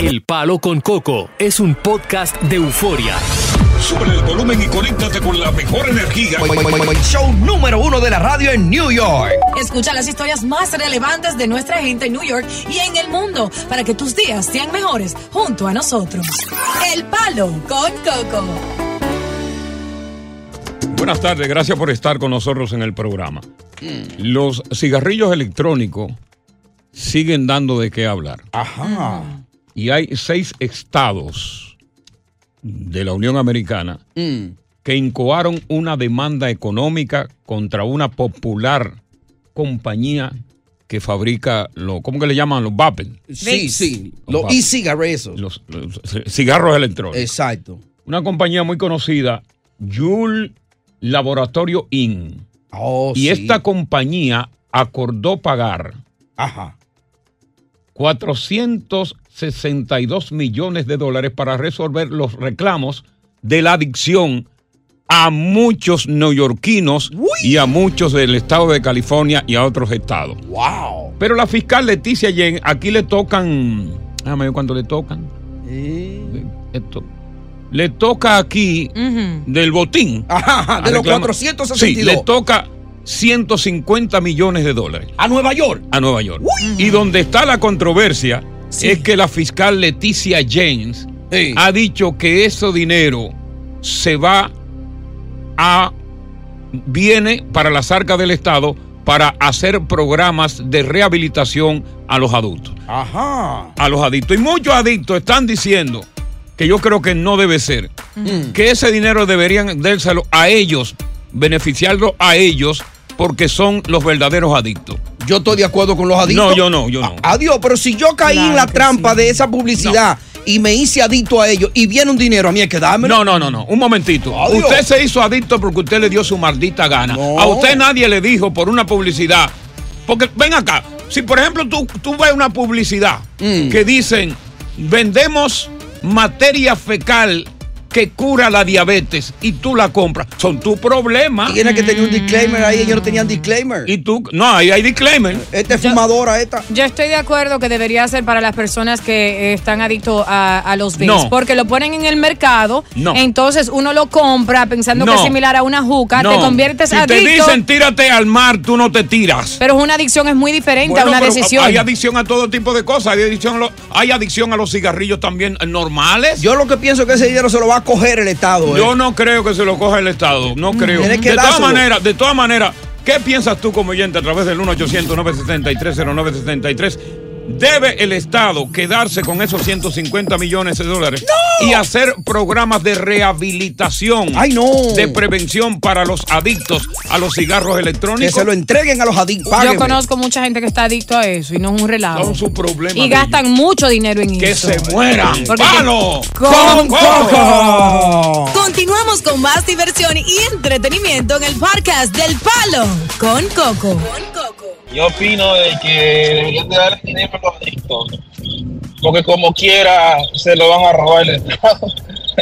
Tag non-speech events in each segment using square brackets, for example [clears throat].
El Palo con Coco es un podcast de euforia. Sube el volumen y conéctate con la mejor energía. Show número uno de la radio en New York. Escucha las historias más relevantes de nuestra gente en New York y en el mundo para que tus días sean mejores junto a nosotros. El Palo con Coco. Buenas tardes, gracias por estar con nosotros en el programa. Los cigarrillos electrónicos siguen dando de qué hablar. Ajá. Y hay seis estados de la Unión Americana que incoaron una demanda económica contra una popular compañía que fabrica, lo, ¿cómo que le llaman? Los vapes, Sí, sí. Los Los vapes. e-cigarrillos. los, los cigarros electrónicos. Exacto. Una compañía muy conocida, Juul Laboratorio Inc. Oh, Y sí. esta compañía acordó pagar Ajá. 462 millones de dólares para resolver los reclamos de la adicción a muchos neoyorquinos y a muchos del estado de California y a otros estados. Wow. Pero la fiscal Leticia Yen, aquí le tocan, déjame ver cuánto le tocan. Eh. Esto. Le toca aquí del botín. Ajá, ajá, de los Reclama- 462. Sí, le toca 150 millones de dólares a Nueva York. a Nueva York. Y donde está la controversia es que la fiscal Leticia James Sí. ha dicho que ese dinero se va a viene para las arcas del Estado para hacer programas de rehabilitación a los adultos, Ajá. a los adictos. Y muchos adictos están diciendo que yo creo que no debe ser, Mm, Mm. que ese dinero deberían dárselo a ellos, beneficiarlo a ellos, porque son los verdaderos adictos. Yo estoy de acuerdo con los adictos. No, yo no, yo no. A- Adiós, pero si yo caí en la Claro que trampa sí. de esa publicidad y me hice adicto a ellos y viene un dinero a mí, hay que dármelo. No, no, no, no. Un momentito. Adiós. Usted se hizo adicto porque usted le dio su maldita gana. No. A usted nadie le dijo por una publicidad. Porque, ven acá, si por ejemplo tú, tú ves una publicidad Mm. que dicen, vendemos materia fecal que cura la diabetes y tú la compras, son tu problema. Tiene que Mm. tener un disclaimer ahí, ellos no tenían disclaimer. Y tú, no, ahí hay disclaimer. Esta es Este fumadora, esta. Yo estoy de acuerdo que debería ser para las personas que eh, están adictos a, a los vapes, No. porque lo ponen en el mercado, No. entonces uno lo compra pensando que No. es similar a una juca, te No. conviertes si adicto, te dicen tírate al mar, tú no te tiras. pero una adicción es muy diferente a Bueno, una pero decisión. Hay adicción a todo tipo de cosas. Hay adicción a los, hay adicción a los cigarrillos también eh, normales. Yo, Yo lo que pienso es que ese dinero se lo va a coger el Estado. eh. no creo que se lo coja el Estado. No creo. Tienes que De todas dárselo. maneras, de todas maneras, ¿qué piensas tú como oyente a través del 1 800 973 0973 ¿Debe el Estado quedarse con esos 150 millones de dólares y hacer programas de rehabilitación, Ay, no. de prevención para los adictos a los cigarros Que electrónicos? se lo entreguen a los adictos. Yo conozco mucha gente que está adicto a eso y no es un relajo. Son su problema de Y gastan mucho dinero en que eso. se mueran. Porque- ¡Palo! Con coco! Continuamos con más diversión y entretenimiento en el podcast del Palo con Coco. Yo opino de que deberían de darle dinero a los adictos, porque como quiera se lo van a robar el Estado.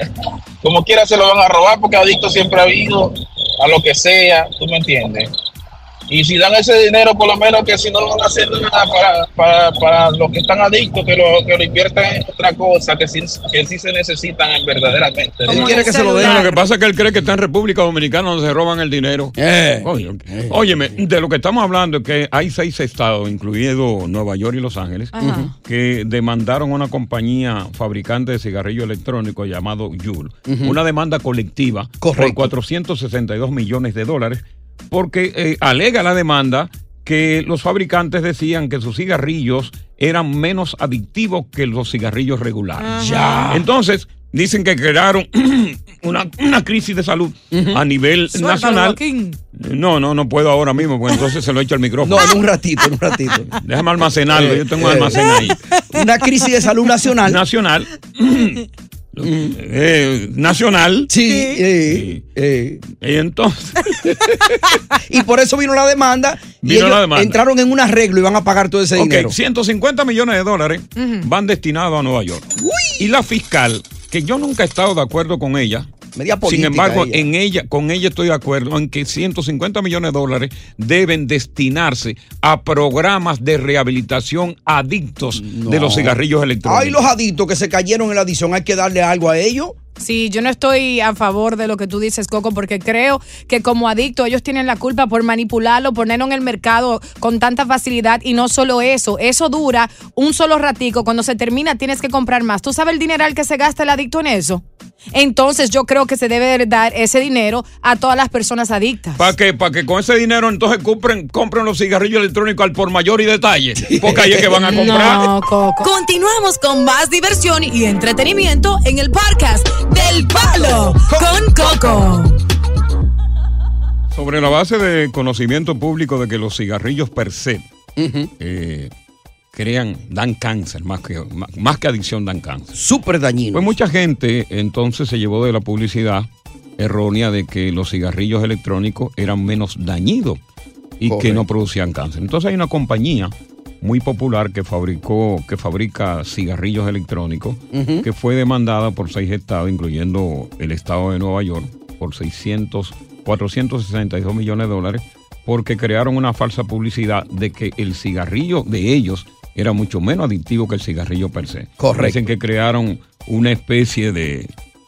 [laughs] como quiera se lo van a robar porque adictos siempre ha habido a lo que sea, ¿tú me entiendes? Y si dan ese dinero, por lo menos que si no van a hacer nada para, para, para los que están adictos, que lo, que lo inviertan en otra cosa, que sí, que sí se necesitan en- verdaderamente. Él quiere que se lo den. Lo que pasa es que él cree que está en República Dominicana donde se roban el dinero. Coño, Óyeme, de lo que estamos hablando es que hay seis estados, incluido Nueva York y Los Ángeles, Ajá. que demandaron a una compañía fabricante de cigarrillo electrónico llamado Yul. Ujú. Una demanda colectiva por 462 millones de dólares, porque eh, alega la demanda que los fabricantes decían que sus cigarrillos eran menos adictivos que los cigarrillos regulares. Ajá. Entonces, dicen que crearon [clears throat] una, una crisis de salud a nivel Suéltalo, nacional. Joaquín. No, no, no puedo ahora mismo, porque entonces se lo echo al micrófono. No, en un ratito, en un ratito. [laughs] Déjame almacenarlo, yo tengo un Eh, almacén ahí. Una crisis de salud nacional. Nacional. [clears throat] Mm. Eh, nacional. Sí. eh, Y entonces, [laughs] y por eso vino la demanda. y Vino ellos la demanda. entraron en un arreglo y van a pagar todo ese ok, este dinero. 150 millones de dólares van destinados a Nueva York. Y la fiscal, que yo nunca he estado de acuerdo con ella. Media Sin política embargo, ella. en ella, con ella estoy de acuerdo en que 150 millones de dólares deben destinarse a programas de rehabilitación adictos de los cigarrillos electrónicos. Ay, los adictos que se cayeron en la adicción, hay que darle algo a ellos. Sí, yo no estoy a favor de lo que tú dices, Coco, porque creo que como adicto ellos tienen la culpa por manipularlo, ponerlo en el mercado con tanta facilidad y no solo eso, eso dura un solo ratico, cuando se termina tienes que comprar más. ¿Tú sabes el dineral que se gasta el adicto en eso? Entonces yo creo que se debe dar ese dinero a todas las personas adictas. ¿Para que, Para que con ese dinero entonces compren, compren los cigarrillos electrónicos al por mayor y detalle. Porque ahí es que van a comprar. [laughs] No, Coco. Continuamos con más diversión y entretenimiento en el podcast del Palo con Coco. Sobre la base de conocimiento público de que los cigarrillos per se eh, crean, dan cáncer, más que, más, más que adicción dan cáncer. Súper dañino. Pues mucha gente entonces se llevó de la publicidad errónea de que los cigarrillos electrónicos eran menos dañidos y que no producían cáncer. Entonces hay una compañía muy popular que fabricó, que fabrica cigarrillos electrónicos, que fue demandada por seis estados, incluyendo el estado de Nueva York, por 600, 462 millones de dólares, porque crearon una falsa publicidad de que el cigarrillo de ellos era mucho menos adictivo que el cigarrillo per se. Correcto. Dicen que crearon una especie de,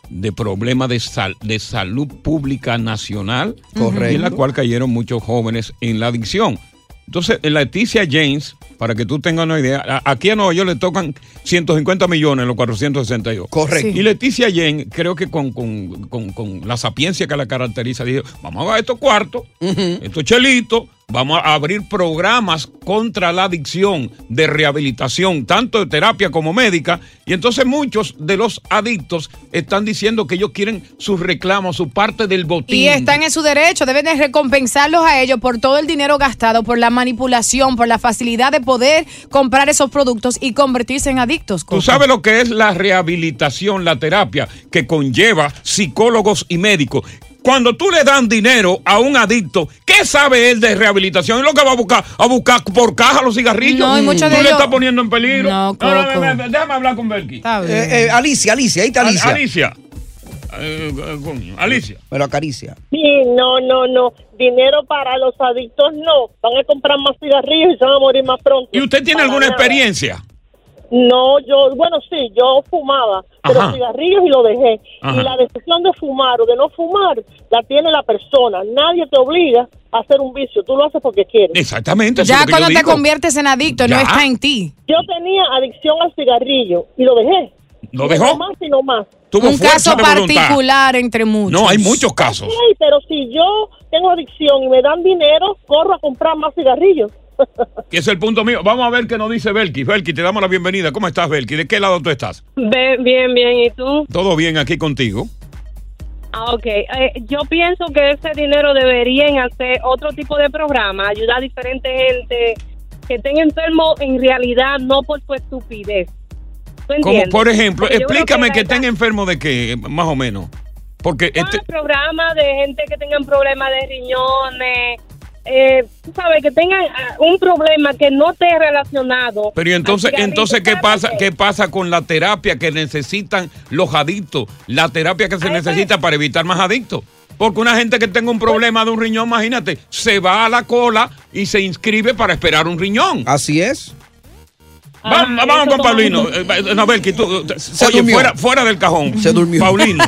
de problema de, sal- de salud pública nacional, Correcto. en la cual cayeron muchos jóvenes en la adicción. Entonces, Leticia James, para que tú tengas una idea, a- aquí a Nueva York le tocan 150 millones, los 462. Correcto. Sí. Y Leticia James, creo que con, con- con- con la sapiencia que la caracteriza, dijo, vamos a ver estos cuartos, estos chelitos, vamos a abrir programas contra la adicción de rehabilitación, tanto de terapia como médica. Y entonces muchos de los adictos están diciendo que ellos quieren sus reclamos, su parte del botín. Y están en su derecho, deben de recompensarlos a ellos por todo el dinero gastado, por la manipulación, por la facilidad de poder comprar esos productos y convertirse en adictos. Tú sabes lo que es la rehabilitación, la terapia que conlleva psicólogos y médicos. Cuando tú le dan dinero a un adicto, ¿qué sabe él de rehabilitación? Es lo que va a buscar, a buscar por caja los cigarrillos. Mm. No, y muchos de tú le ellos- estás poniendo en peligro. No, No, no, no, Coco. no, no, déjame hablar con Belki. Eh, eh, Alicia, Alicia, ahí está Al- Alicia. Alicia. Eh, eh, coño, Alicia. Pero acaricia. Sí, no, no, no. Dinero para los adictos no. Van a comprar más cigarrillos y se van a morir más pronto. ¿Y usted tiene Para alguna nada. experiencia? No, yo, bueno, sí, yo fumaba, Ajá. pero cigarrillos y lo dejé. Ajá. Y la decisión de fumar o de no fumar la tiene la persona. Nadie te obliga a hacer un vicio. Tú lo haces porque quieres. Exactamente. eso es lo Ya que yo cuando te digo. conviertes en adicto, Ya. no está en ti. Yo tenía adicción al cigarrillo y lo dejé. ¿Lo Y dejó? No más y no más. Tuvo Un fuerza caso de voluntad. particular entre muchos. No, hay muchos casos. Sí, pero si yo tengo adicción y me dan dinero, corro a comprar más cigarrillos. Que es el punto mío. Vamos a ver qué nos dice Belki. Belki, te damos la bienvenida. ¿Cómo estás, Belki? ¿De qué lado tú estás? Bien, bien, bien. ¿Y tú? Todo bien aquí contigo. Ah, ok. Eh, yo pienso que ese dinero deberían hacer otro tipo de programa, ayudar a diferente gente que estén enfermos en realidad, no por su estupidez. ¿Tú Como entiendes? por ejemplo, Porque yo creo explícame que, la Ah, estén enfermos de qué, más o menos. Porque este, programa de gente que tengan problemas de riñones, eh, tú sabes, que tengan ah, un problema que no esté relacionado. pero y entonces, al cigarrillo. entonces qué pasa, qué pasa con la terapia que necesitan los adictos, la terapia que se necesita para evitar más adictos. Porque una gente que tenga un problema de un riñón, imagínate, se va a la cola y se inscribe para esperar un riñón. Así es. Vamos, Ah, vamos eso con no- Paulino. Eh, Anabel, que tú, eh, Se oye, durmió. fuera, fuera del cajón. Se [laughs] durmió. Paulino.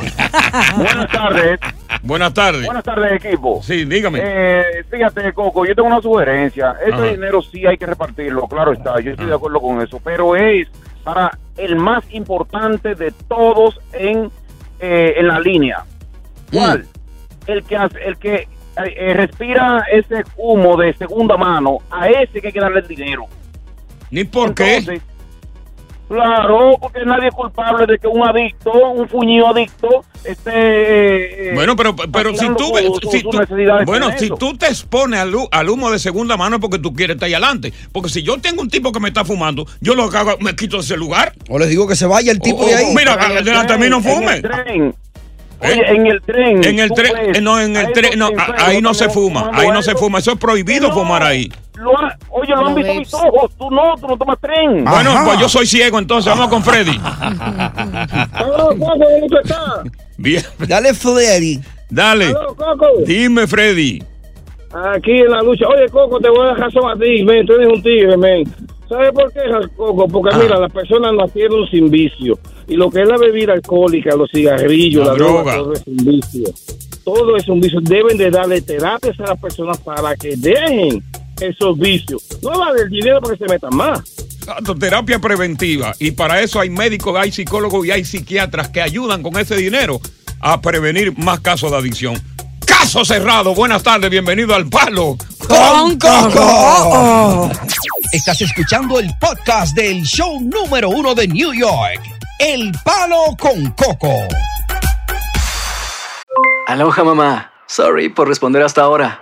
Buenas tardes. Buenas tardes. Buenas tardes, equipo. Sí, dígame. Eh, fíjate, Coco, yo tengo una sugerencia. Ese Ajá. dinero sí hay que repartirlo, claro está, yo estoy de acuerdo con eso, pero es para el más importante de todos en, eh, en la línea. ¿Cuál? El que, hace- el que eh, eh, respira ese humo de segunda mano, a ese que hay que darle el dinero. ¿Ni por qué? Claro, porque nadie es culpable de que un adicto, un fuñido adicto, esté... eh, Bueno, pero, pero si vaciando tú, su- su- si sus tú- necesidades bueno, con si eso. tú te expones al, hu- al humo de segunda mano es porque tú quieres estar ahí adelante. Porque si yo tengo un tipo que me está fumando, yo lo que hago, me quito de ese lugar. O les digo que se vaya el tipo O- de o- ahí. Oh, Mira, En el delante de mí tren, no en fume. ¿Eh? el Oye, en el tren. En el tú tren, ves eh, no, en a el esos tren, no, enfermos a- ahí no se también fuma, fumando ahí no algo. se fuma, eso es prohibido fumar ahí. Lo ha- oye, lo han visto mis ojos. Tú no, tú no tomas tren. Ah, Bueno, pues yo soy ciego, entonces vamos con [laughs] Freddy. Aló, Coco, ¿dónde tú estás? Bien. Dale, Freddy. Dale. Aló, Coco. Dime, Freddy. Aquí en la lucha. Oye, Coco, te voy a dejar razón a ti, men. Tú eres un tigre, men. ¿Sabes por qué, Coco? Porque mira, las personas nacieron sin vicio. Y lo que es la bebida alcohólica, los cigarrillos, La la, droga. droga, todo es un vicio. Todo es un vicio. Deben de darle terapias a las personas para que dejen esos vicios. No darle el dinero para que se metan más. Exacto, terapia preventiva. Y para eso hay médicos, hay psicólogos y hay psiquiatras que ayudan con ese dinero a prevenir más casos de adicción. Caso cerrado. Buenas tardes, bienvenido al Palo Con Coco. Estás escuchando el Podcast del show número uno de New York. El palo con Coco. Aloha mamá. Sorry por responder hasta ahora.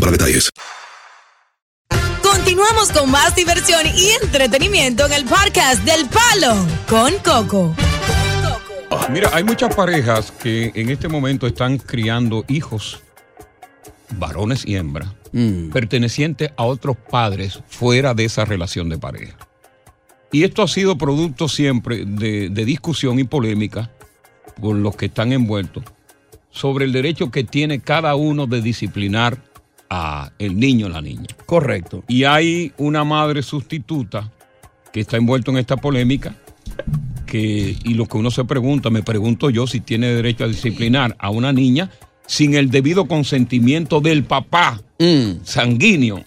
para detalles. Continuamos con más diversión y entretenimiento en el podcast del Palo con Coco. Mira, hay muchas parejas que en este momento están criando hijos, varones y hembras, Hmm. pertenecientes a otros padres fuera de esa relación de pareja. Y esto ha sido producto siempre de, de discusión y polémica por los que están envueltos sobre el derecho que tiene cada uno de disciplinar a el niño o la niña. Correcto. Y hay una madre sustituta que está envuelto en esta polémica que, y lo que uno se pregunta, me pregunto yo si tiene derecho a disciplinar a una niña sin el debido consentimiento del papá Mm. sanguíneo.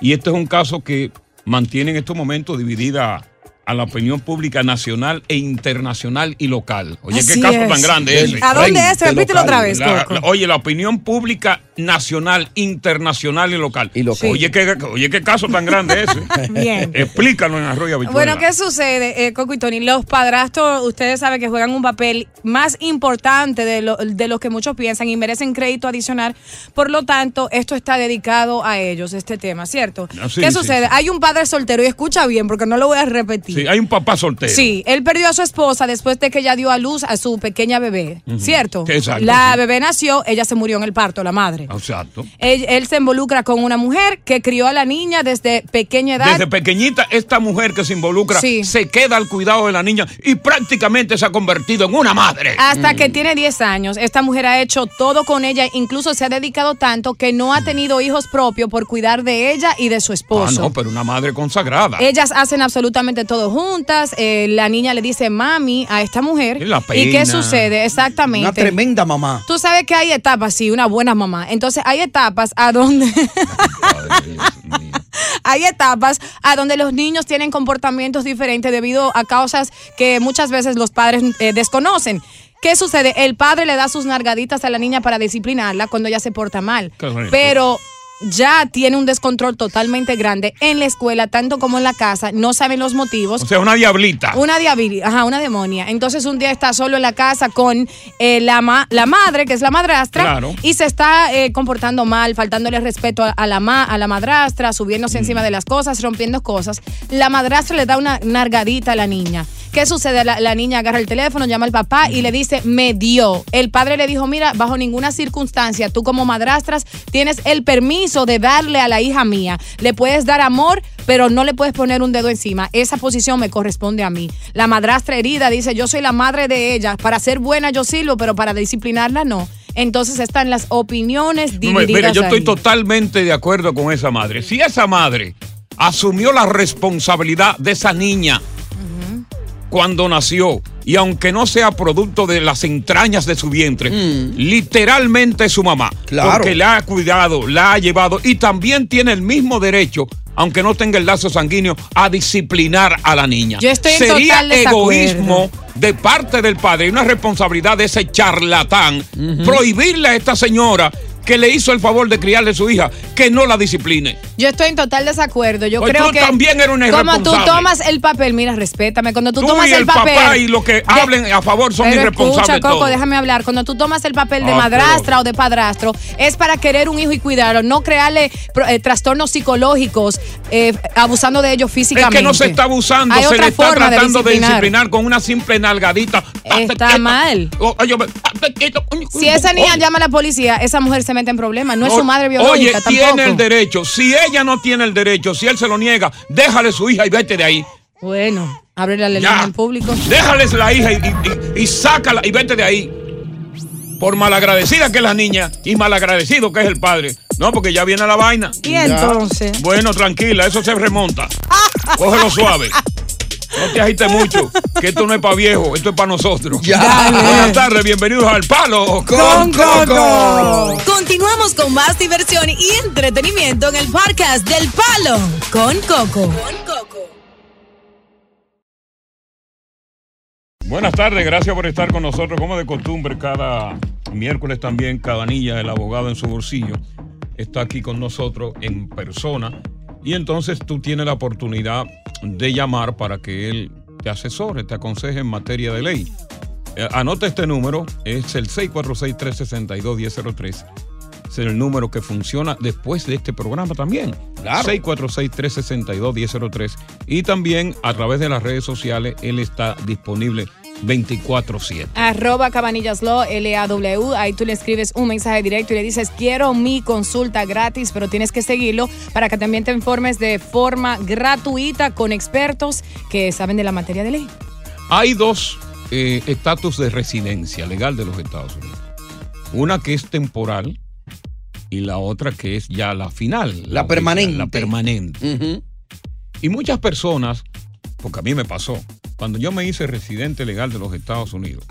Y este es un caso que mantiene en estos momentos dividida a la opinión pública nacional e internacional y local. Oye, qué Así caso es. tan grande Del ese. ¿A dónde es? frente Repítelo local. otra vez, La- Coco. la- oye, la opinión pública nacional, internacional y local. local. Oye, qué, oye, qué caso tan grande ese. [laughs] Bien. Explícalo en Arroyo Habichuela. Bueno, ¿qué sucede, eh, Coco y Tony? Los padrastros, ustedes saben que juegan un papel más importante de lo, de lo que muchos piensan y merecen crédito adicional. Por lo tanto, esto está dedicado a ellos, este tema, ¿cierto? Ah, sí, ¿Qué sí, sucede? sí. Hay un padre soltero, y escucha bien, porque no lo voy a repetir. Sí, hay un papá soltero. Sí, él perdió a su esposa después de que ella dio a luz a su pequeña bebé, Ujú. ¿cierto? Exacto, La sí. Ah. bebé nació, ella se murió en el parto, la madre. Exacto. Él, él se involucra con una mujer que crió a la niña desde pequeña edad. Desde pequeñita, esta mujer que se involucra Sí. se queda al cuidado de la niña y prácticamente se ha convertido en una madre. Hasta Mm. que tiene 10 años, esta mujer ha hecho todo con ella, incluso se ha dedicado tanto que no ha tenido hijos propios por cuidar de ella y de su Ah, esposo. no, pero una madre consagrada. Ellas hacen absolutamente todo. estado juntas. eh, la niña le dice mami a esta mujer. Es la ¿Y qué pena. sucede? Exactamente. Una tremenda mamá. Tú sabes que hay etapas, sí, una buena mamá. Entonces hay etapas a donde... [laughs] Hay etapas a donde los niños tienen comportamientos diferentes debido a causas que muchas veces los padres eh, desconocen. ¿Qué sucede? El padre le da sus nargaditas a la niña para disciplinarla cuando ella se porta mal. Correcto. Pero ya tiene un descontrol totalmente grande en la escuela, tanto como en la casa. No saben los motivos. O sea, una diablita. Una diabili- ajá, una demonia. Entonces un día está solo en la casa con eh, la, ma- la madre, que es la madrastra, Claro. y se está eh, comportando mal, faltándole respeto a, a la ma- a la madrastra, subiéndose encima de las cosas, rompiendo cosas. La madrastra le da una nargadita a la niña. ¿Qué sucede? La, la niña agarra el teléfono, llama al papá y le dice, me dio. El padre le dijo, mira, bajo ninguna circunstancia, tú como madrastras tienes el permiso de darle a la hija mía. Le puedes dar amor, pero no le puedes poner un dedo encima. Esa posición me corresponde a mí. La madrastra herida dice, yo soy la madre de ella. Para ser buena yo sirvo, pero para disciplinarla no. Entonces están las opiniones No, me- divididas. Mira, yo estoy ahí. totalmente de acuerdo con esa madre. Si esa madre asumió la responsabilidad de esa niña cuando nació, y aunque no sea producto de las entrañas de su vientre, literalmente es su mamá, Claro. porque la ha cuidado, la ha llevado, y también tiene el mismo derecho, aunque no tenga el lazo sanguíneo, a disciplinar a la niña. Yo estoy en Sería total desacuerdo. egoísmo de parte del padre y una responsabilidad de ese charlatán prohibirle a esta señora que le hizo el favor de criarle a su hija que no la discipline. Yo estoy en total desacuerdo. Yo Pues creo tú que también eres una como tú irresponsable. tomas el papel, mira, respétame. Cuando tú, Tú, tomas y el, papel, papá y los que hablen a favor son Pero irresponsables. escucha, Coco, todos. déjame hablar. Cuando tú tomas el papel de Ah, madrastra o de padrastro, es para querer un hijo y cuidarlo, no crearle pro- eh, trastornos psicológicos, eh, abusando de ellos es físicamente. que no se está abusando, Hay se otra le está forma tratando de disciplinar. con una simple nalgadita. Ah, Está mal. Si esa niña Oye. llama a la policía, esa mujer se mete en problemas. No es su madre Oye, biológica tiene tampoco. el derecho. Si ella no tiene el derecho, si él se lo niega, déjale su hija y vete de ahí. Bueno, abre la Ya. lengua en público. Déjales la hija y, y- y- y sácala y vete de ahí. Por malagradecida que es la niña y malagradecido que es el padre. No, porque ya viene la vaina. ¿Y entonces? Bueno, tranquila, eso se remonta. Cógelo suave. No te agites mucho, que esto no es para viejo, esto es para nosotros. Buenas tardes, bienvenidos al Palo con, Coco. Continuamos con más diversión y entretenimiento en el podcast del Palo con Coco. Buenas tardes, gracias por estar con nosotros. Como de costumbre, cada miércoles también Cabanilla, el abogado en su bolsillo, está aquí con nosotros en persona. Y entonces tú tienes la oportunidad de llamar para que él te asesore, te aconseje en materia de ley. Eh, Anota este número, es el 646-362-1003. Es el número que funciona después de este programa también. 646-362-1003. Y también a través de las redes sociales, él está disponible 24-7. Arroba Cabanillas Law, L-A-W. Ahí tú le escribes un mensaje directo y le dices, quiero mi consulta gratis, pero tienes que seguirlo para que también te informes de forma gratuita con expertos que saben de la materia de ley. Hay dos eh, estatus de residencia legal de los Estados Unidos. Una que es temporal y la otra que es ya la final. La, oficial, permanente. La permanente. Y muchas personas, porque a mí me pasó, cuando yo me hice residente legal de los Estados Unidos,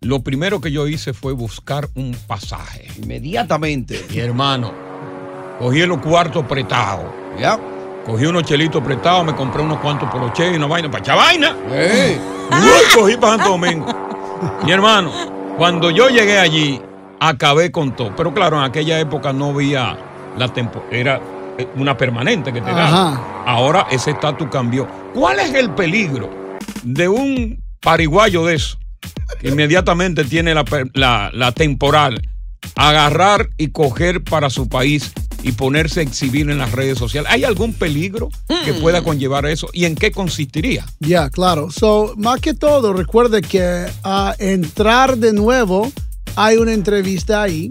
lo primero que yo hice fue buscar un pasaje. Inmediatamente. Mi hermano, cogí los cuartos apretados. Ya. Cogí unos chelitos apretados, me compré unos cuantos poroché y una vaina. ¡Pacha vaina! Uy, Cogí para Santo Domingo. Mi hermano, cuando yo llegué allí, acabé con todo. Pero claro, en aquella época no había la temporada. Era eh, una permanente que te daban. Ahora ese estatus cambió. ¿Cuál es el peligro de un pariguayo de eso? Que inmediatamente tiene la, per- la- la temporal. Agarrar y coger para su país y ponerse a exhibir en las redes sociales. ¿Hay algún peligro que Mm. pueda conllevar eso? ¿Y en qué consistiría? Ya, claro. So, más que todo, recuerde que a entrar de nuevo hay una entrevista ahí.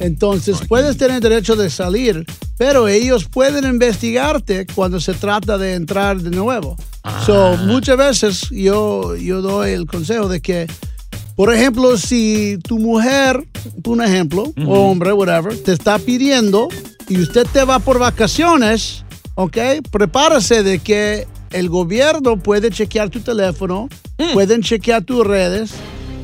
Entonces, puedes tener derecho de salir, pero ellos pueden investigarte cuando se trata de entrar de nuevo. So, muchas veces yo, yo doy el consejo de que, por ejemplo, si tu mujer, un ejemplo, o hombre, whatever, te está pidiendo y usted te va por vacaciones, ¿ok? Prepárese de que el gobierno puede chequear tu teléfono, Mm. pueden chequear tus redes.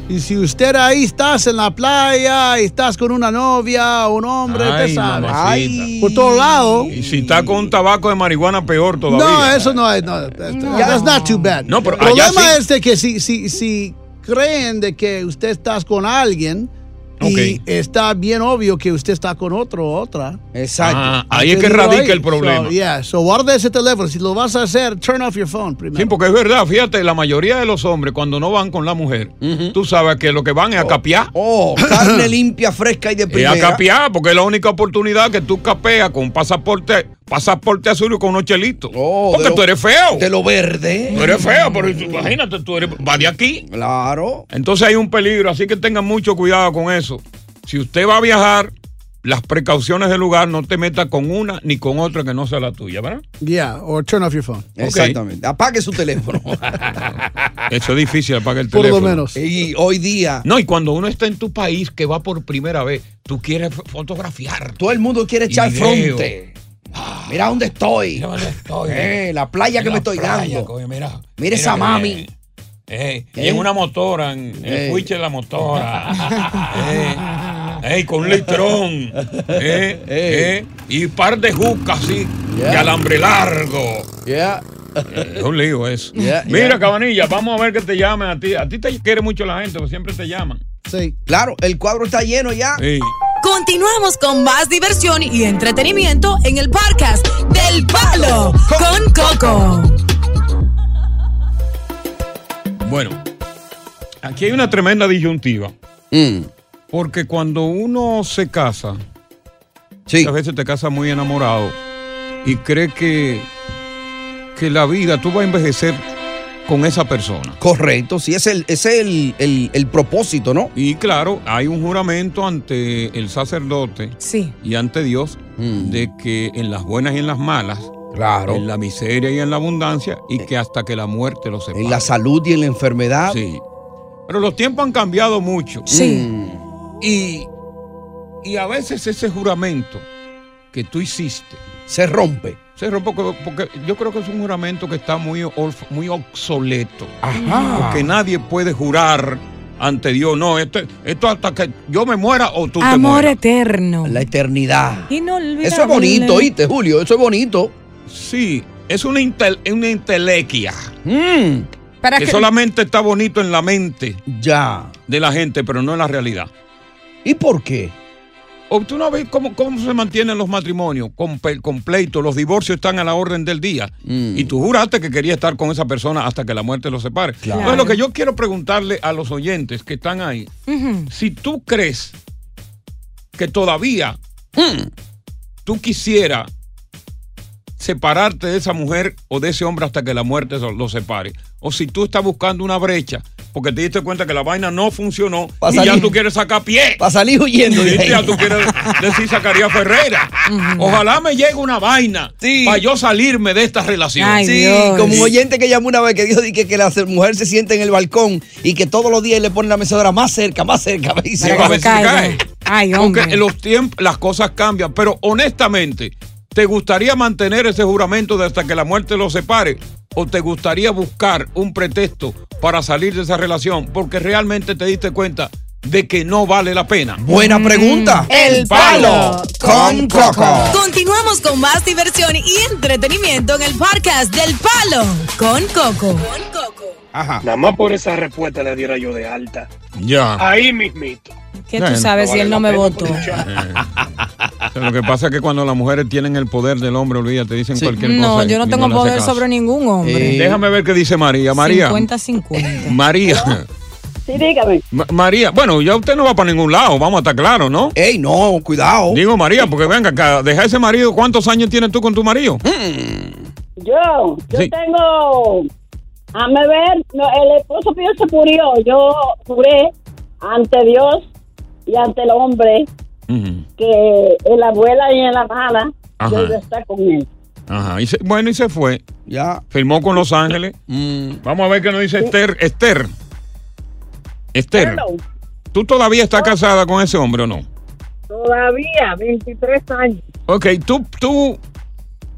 Y si usted ahí estás en la playa, y estás con una novia, un hombre, Ay, te sabe. mamacita. Por todos lados. Y si está con un tabaco de marihuana, peor todavía. No, eso no es. No, Ya. That's not too bad. No, pero el allá problema sí. es de que si, si, si creen de que usted estás con alguien y está bien obvio que usted está con otro o otra. Exacto. Ah, ahí es que radica el problema. So, yeah, so guarda ese teléfono. Si lo vas a hacer, turn off your phone primero. Sí, porque es verdad, fíjate, la mayoría de los hombres cuando no van con la mujer, tú sabes que lo que van es a capear. Oh, [clears throat] carne limpia, fresca y de Es primera. a capear, porque es la única oportunidad que tú capeas con un pasaporte, pasaporte azul y con unos chelitos. porque Oh, de lo- tú eres feo. De lo verde. Tú eres feo, pero tú- imagínate, tú eres, va de aquí. Claro. Entonces hay un peligro, así que tengan mucho cuidado con eso. Si usted va a viajar, las precauciones del lugar, no te metas con una ni con otra que no sea la tuya, ¿verdad? Yeah, or turn off your phone. Exactamente. Apague su teléfono. [laughs] Eso es difícil, apaga el Por lo teléfono. menos. Y hoy día. No, y cuando uno está en tu país que va por primera vez, tú quieres fo- fotografiar. Todo el mundo quiere echar Video. fronte. Mira dónde estoy. Mira dónde estoy. Eh, la playa que me En la estoy playa, dando. coño, mira. Mira esa que- mami. Eh, y Eh. en una motora, en en el Eh. fuiche de la motora. [laughs] eh, eh, con un litrón. Eh, eh, y par de jucas así, y alambre largo. Yeah. Es un lío eso. Yeah, Mira, yeah. Cabanilla, vamos a ver que te llamen a ti. A ti te quiere mucho la gente, porque siempre te llaman. Sí. Claro, el cuadro está lleno ya. Sí. Continuamos con más diversión y entretenimiento en el podcast del Palo con Coco. Bueno, aquí hay una tremenda disyuntiva. Mm. Porque cuando uno se casa, muchas veces te casas muy enamorado y cree que, que la vida, tú vas a envejecer con esa persona. Correcto, sí, es el, es el, el- el propósito, ¿no? Y claro, hay un juramento ante el sacerdote y ante Dios de que en las buenas y en las malas, Mm. Claro. Eh. en la miseria y en la abundancia, y que hasta que la muerte los separe. En la salud y en la enfermedad. Sí. Pero los tiempos han cambiado mucho. Mm. Sí. Y, y a veces ese juramento que tú hiciste se rompe. Se rompe porque, porque yo creo que es un juramento que está muy, olf- muy obsoleto. Ajá. Porque nadie puede jurar ante Dios. No, esto, esto hasta que yo me muera o tú te Amor mueras. eterno. La eternidad. Inolvidable. Eso es bonito, ¿oíste, Julio? Eso es bonito. Sí, es una, intel- una intelequia. Mm. Para que que- solamente está bonito en la mente. Ya. De la gente, pero no en la realidad. ¿Y por qué? O tú no ves cómo, cómo se mantienen los matrimonios con, pe- con pleitos, los divorcios están a la orden del día. Y tú juraste que querías estar con esa persona hasta que la muerte los separe. Claro. Entonces, lo que yo quiero preguntarle a los oyentes que están ahí, si tú crees que todavía tú quisieras separarte de esa mujer o de ese hombre hasta que la muerte so- los separe, o si tú estás buscando una brecha porque te diste cuenta que la vaina no funcionó Pa' y ya salir- tú quieres sacar pie. pa' salir huyendo de Sí, ahí. ya tú quieres decir [laughs] sacaría Ferrera. Ojalá me llegue una vaina para yo salirme de esta relación. sí, como un oyente que llamó una vez que dijo di que, que la se- mujer se sienta en el balcón y que todos los días le ponen la mecedora más cerca, más cerca. Y Sí, a veces cae. Porque los tiempos, las cosas cambian. Pero honestamente, ¿te gustaría mantener ese juramento de hasta que la muerte los separe? ¿O te gustaría buscar un pretexto para salir de esa relación? Porque realmente te diste cuenta de que no vale la pena. Buena Mm. pregunta. El Palo con Coco. Continuamos con más diversión y entretenimiento en el podcast del Palo con Coco. Nada más por esa respuesta le diera yo de alta. Ya. Ahí mismito. Que tú sabes si él no me votó. Lo que pasa es que cuando las mujeres tienen el poder del hombre, olvídate, te dicen cualquier cosa. No, y yo no tengo ninguno hace poder caso. sobre ningún hombre. Eh, Déjame ver qué dice María. María. 50-50. María. Sí, dígame. Ma- María, bueno, ya usted no va para ningún lado, vamos a estar claros, ¿no? Ey, no, cuidado. Digo María, porque venga acá, deja ese marido, ¿cuántos años tienes tú con tu marido? Yo, yo Sí. tengo. A me ver, no, el esposo mío se murió. Yo juré ante Dios y ante el hombre Mm. Mm. que en la abuela y en la mala Ajá. yo iba a estar con él. Ajá, y se- bueno, y se fue. Ya. Mm. Firmó con Los Ángeles. Vamos a ver qué nos dice Esther. Esther. Esther, Hello. ¿tú todavía estás casada con ese hombre o no? [laughs] Todavía, 23 años. Ok, tú, tú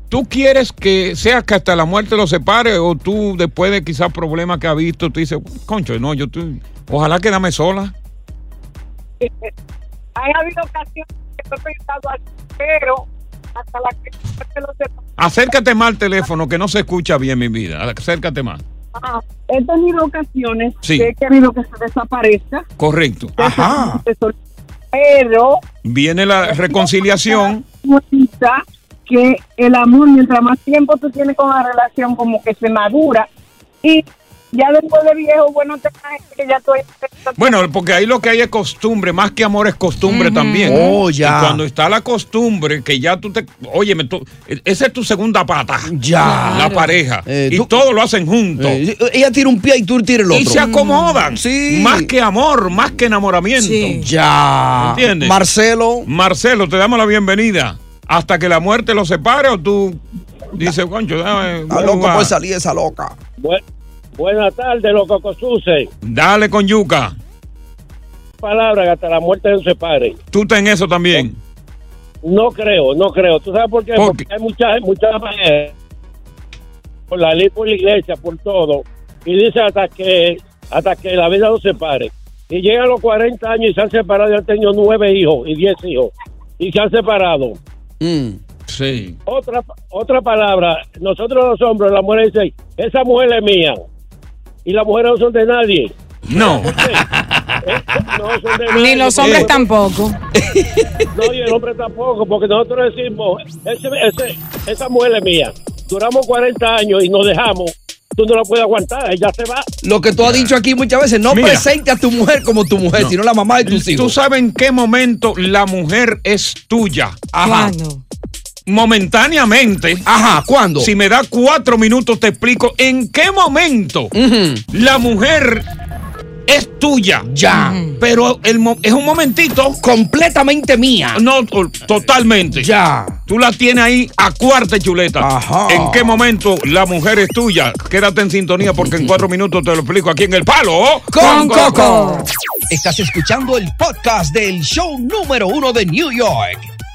¿Tú quieres que sea que hasta la muerte los separe o tú después de quizás problemas que ha visto, tú dices, concho, no, yo tú, ojalá quédame sola? Han habido ocasiones que lo he pensado así, pero hasta la que se lo sepa. Acércate más al teléfono que no se escucha bien mi vida, acércate más. Ah, he tenido ocasiones Sí. que he querido que se desaparezca, Correcto. Ajá. pero Viene la reconciliación. cuenta que el amor, mientras más tiempo tú tienes con la relación, como que se madura. Y ya después de viejo, bueno, te caes que ya tú Bueno, porque ahí lo que hay es costumbre, más que amor es costumbre también. Oh, ya. Y cuando está la costumbre, que ya tú te. Óyeme, tú, esa es tu segunda pata. Ya. Eh. La pareja. Eh, y todos lo hacen juntos. ella tira un pie y tú tiras el otro. Y se acomodan. Más que amor, más que enamoramiento. Ya. ¿Entiendes? Ah. Marcelo. Marcelo, te damos la bienvenida. Hasta que la muerte los separe o tú dices, concho, dame. La loca puede salir esa loca. Buenas tardes, los cocosuces. Dale con yuca. Palabras que hasta la muerte nos separe. Tú estás en eso también. No creo, no creo. ¿Tú sabes por qué? Porque hay muchas, muchas mujeres por la ley, por la iglesia, por todo. Y dice hasta que, hasta que la vida los separe. Y llegan a los 40 años y se han separado y han tenido nueve hijos y diez hijos. Y se han separado. Sí. Otra, otra palabra, nosotros los hombres, la mujer dice, esa mujer es mía. Y las mujeres no son de nadie. [laughs] Eh, No. Ni Eh, los hombres tampoco. No, y el hombre tampoco, porque nosotros decimos, ese, ese- esa mujer es mía. Duramos 40 años y nos dejamos. Tú no la puedes aguantar, ella se va. Lo que tú has dicho aquí muchas veces, no Mira. presente a tu mujer como tu mujer, sino la mamá de tus ¿Tú hijos. sabes en qué momento la mujer es tuya? Ajá. Momentáneamente. Ajá, ¿cuándo? Si me da cuatro minutos te explico en qué momento la mujer es tuya. Ya. Pero el mo- es un momentito. Completamente mía. No, to- totalmente. Ya. Tú la tienes ahí a cuarta chuleta. Ajá. ¿En qué momento la mujer es tuya? Quédate en sintonía porque en cuatro minutos te lo explico aquí en El Palo. ¿oh? Estás escuchando el podcast del show número uno de New York,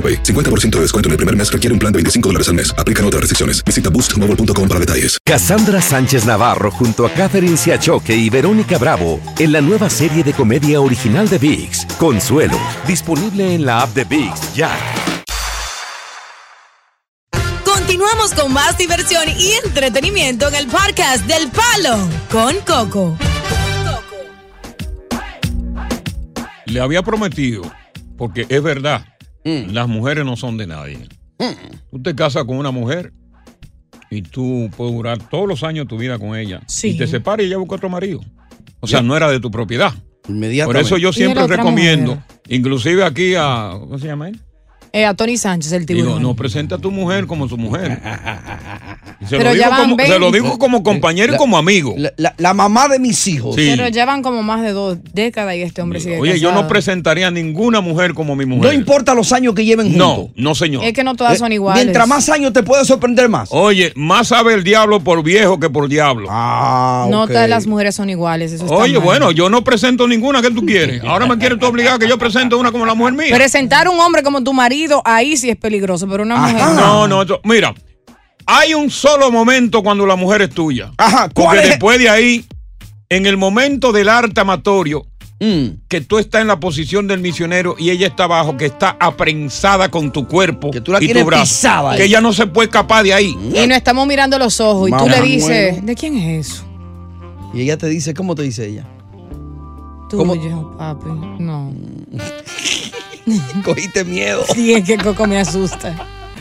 50% de descuento en el primer mes requiere un plan de 25 dólares al mes. Aplican otras restricciones. Visita boostmobile.com para detalles. Cassandra Sánchez Navarro junto a Catherine Siachoque y Verónica Bravo en la nueva serie de comedia original de VIX, Consuelo, disponible en la app de VIX ya. Continuamos con más diversión y entretenimiento en el podcast del Palo con Coco. Le había prometido, porque es verdad, Mm. las mujeres no son de nadie. Tú te casas con una mujer y tú puedes durar todos los años de tu vida con ella. Y te separas y ella busca otro marido. O sea, no era de tu propiedad. Por eso yo Y siempre era otra recomiendo, inclusive aquí a. ¿Cómo se llama él? Eh, a Tony Sánchez, el Digo, tiburón. no presenta a tu mujer como [laughs] su mujer. Y se, lo Pero ya digo van como, se lo 20. digo como compañero y como amigo. La, mamá de mis hijos. Pero llevan como más de dos décadas y este hombre sigue Oye, yo no casado. presentaría a ninguna mujer como mi mujer. No importa los años que lleven juntos. No, no, señor. Es que no todas son iguales. Mientras más años te puede sorprender más. Oye, más sabe el diablo por viejo que por diablo. Ah, No todas las mujeres son iguales. Eso está Oye, mal. bueno, yo no presento ninguna que tú quieres. Ahora me quieres tú obligar a que yo presente una como la mujer mía. Presentar un hombre como tu marido, ahí sí es peligroso, pero una mujer. No, no, esto- mira, hay un solo momento cuando la Ah, mujer es tuya. Ajá, Porque después de ahí, en el momento del arte amatorio, Mm. que tú estás en la posición del misionero y ella está abajo, que está aprensada con tu cuerpo la y tu tienes brazo. pisada ahí. que ella no se puede escapar de ahí. Y nos estamos mirando los ojos y tú Mamá, le dices, ¿de quién es eso? Y ella te dice, ¿cómo te dice ella? Tuyo, papi. [laughs] No. Cogiste miedo. Sí, es que Coco me asusta.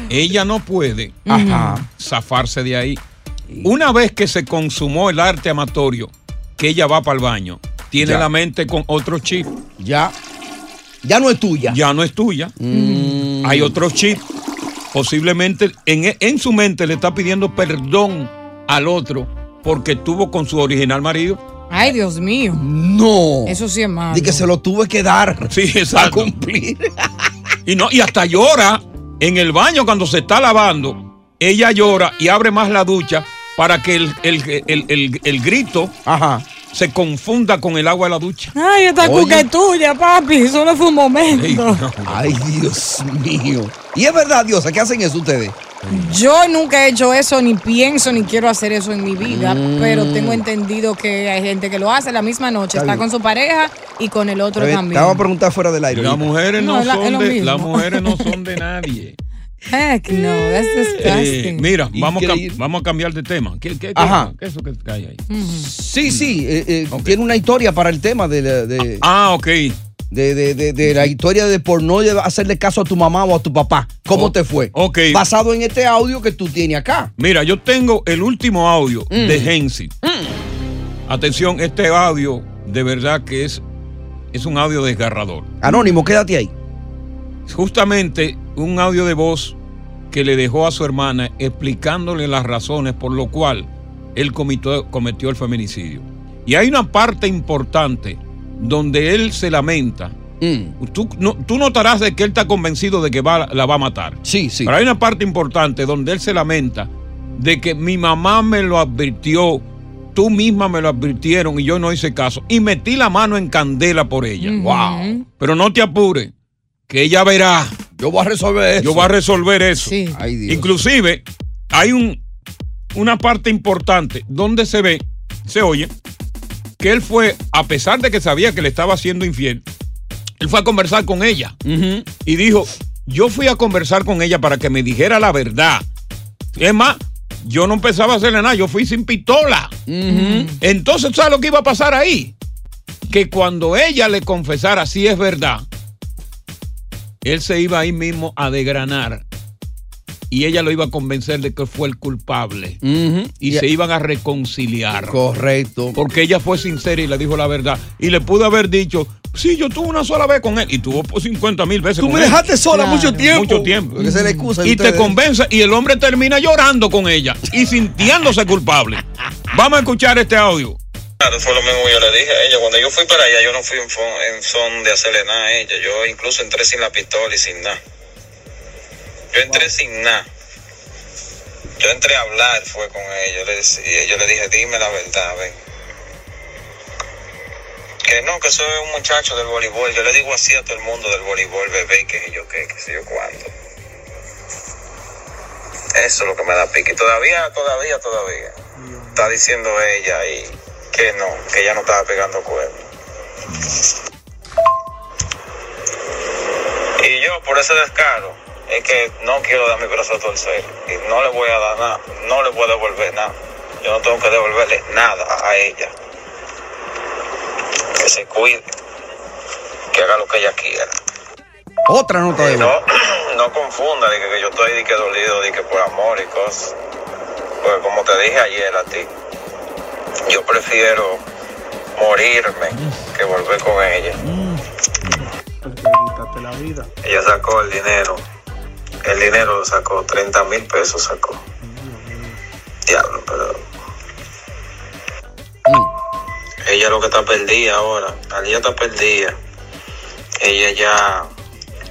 Ella no puede Ajá. zafarse de ahí. Una vez que se consumó el arte amatorio, que ella va para el baño, tiene Ya. la mente con otro chip. Ya. Ya no es tuya. Mm. Ya no es tuya. Hay otro chip. Posiblemente en, e, en su mente le está pidiendo perdón al otro porque estuvo con su original marido. Ay, Dios mío. No. Eso sí es malo. Y que se lo tuve que dar. [laughs] Sí, exacto. cumplir. Y, no, y hasta llora en el baño cuando se está lavando. Ella llora y abre más la ducha para que el, el- el- el- el grito se confunda con el agua de la ducha. Ay, esta Oye. cuca es tuya, papi. Solo fue un momento. Ay, Dios mío. Y es verdad, Diosa, ¿qué hacen eso ustedes? Yo nunca he hecho eso, ni pienso, ni quiero hacer eso en mi vida, Mm. pero tengo entendido que hay gente que lo hace la misma noche. Está Está, bien. con su pareja y con el otro Está bien, también. Te vamos a preguntar fuera del aire. Las mujeres no, No, es la- es son lo de, mismo. las mujeres no son de [laughs] nadie. Heck no, that's Eh, disgusting. mira, vamos a, cam- vamos a cambiar de tema. ¿Qué, qué- qué- Ajá. qué es eso que cae ahí? Sí, sí, eh, eh, tiene una historia para el tema de... la- de Mm. ah, ok. De, de- de- de la historia de por no lleva- hacerle caso a tu mamá o a tu papá. ¿Cómo te fue? Ok. Basado en este audio que tú tienes acá. Mira, yo tengo el último audio Mm. de Hensi. Atención, este audio de verdad que es, es un audio desgarrador. Anónimo, quédate ahí. Justamente un audio de voz que le dejó a su hermana explicándole las razones por lo cual él comitió- cometió el feminicidio. Y hay una parte importante donde él se lamenta. Mm. Tú, no- tú notarás de que él está convencido de que va- la va a matar. Sí, sí. Pero hay una parte importante donde él se lamenta de que mi mamá me lo advirtió, tú misma me lo advirtieron y yo no hice caso. Y metí la mano en candela por ella. Wow. Pero no te apures, que ella verá. Yo voy a resolver eso. Yo voy a resolver eso. Ay, Dios. Inclusive, hay un, una parte importante donde se ve, se oye, que él fue, a pesar de que sabía que le estaba siendo infiel, él fue a conversar con ella. Y dijo, yo fui a conversar con ella para que me dijera la verdad. Es más, yo no empezaba a hacerle nada, yo fui sin pistola. Entonces, ¿sabes lo que iba a pasar ahí? Que cuando ella le confesara si es verdad, él se iba ahí mismo a degranar y ella lo iba a convencer de que fue el culpable y se iban a reconciliar. Correcto. Porque ella fue sincera y le dijo la verdad. Y le pudo haber dicho, sí, yo tuve una sola vez con él. Y tuvo por 50 mil veces. Tú con me él. dejaste sola mucho tiempo. Mucho tiempo. Porque esa es la excusa de y te ustedes. convence y el hombre termina llorando con ella y [laughs] sintiéndose culpable. Vamos a escuchar este audio. Claro, fue lo mismo que yo le dije a ella. Cuando yo fui para allá, yo no fui en, fon- en son de hacerle nada a ella. Yo incluso entré sin la pistola y sin nada. Yo entré sin nada. Yo entré a hablar, fue con ella. Yo le, decí- yo le dije, dime la verdad, ven. Que no, que soy un muchacho del voleibol. Yo le digo así a todo el mundo del voleibol, bebé, que sé yo qué, que sé yo cuándo. Eso es lo que me da pique. Todavía, todavía, todavía. Está diciendo ella y que no, que ella no estaba pegando cuernos. Y yo por ese descaro es que no quiero dar mi brazo a torcer y no le voy a dar nada, no le voy a devolver nada. Yo no tengo que devolverle nada a ella. Que se cuide, que haga lo que ella quiera. Otra nota de voz. No, no confunda, de que, que yo estoy de que dolido, de que por amor y cosas. Porque como te dije ayer a ti, yo prefiero morirme que volver con ella. la vida. Ella sacó el dinero. El dinero lo sacó, 30 mil pesos sacó. Diablo, pero. Ella lo que está perdida ahora. Ella está perdida. Ella ya.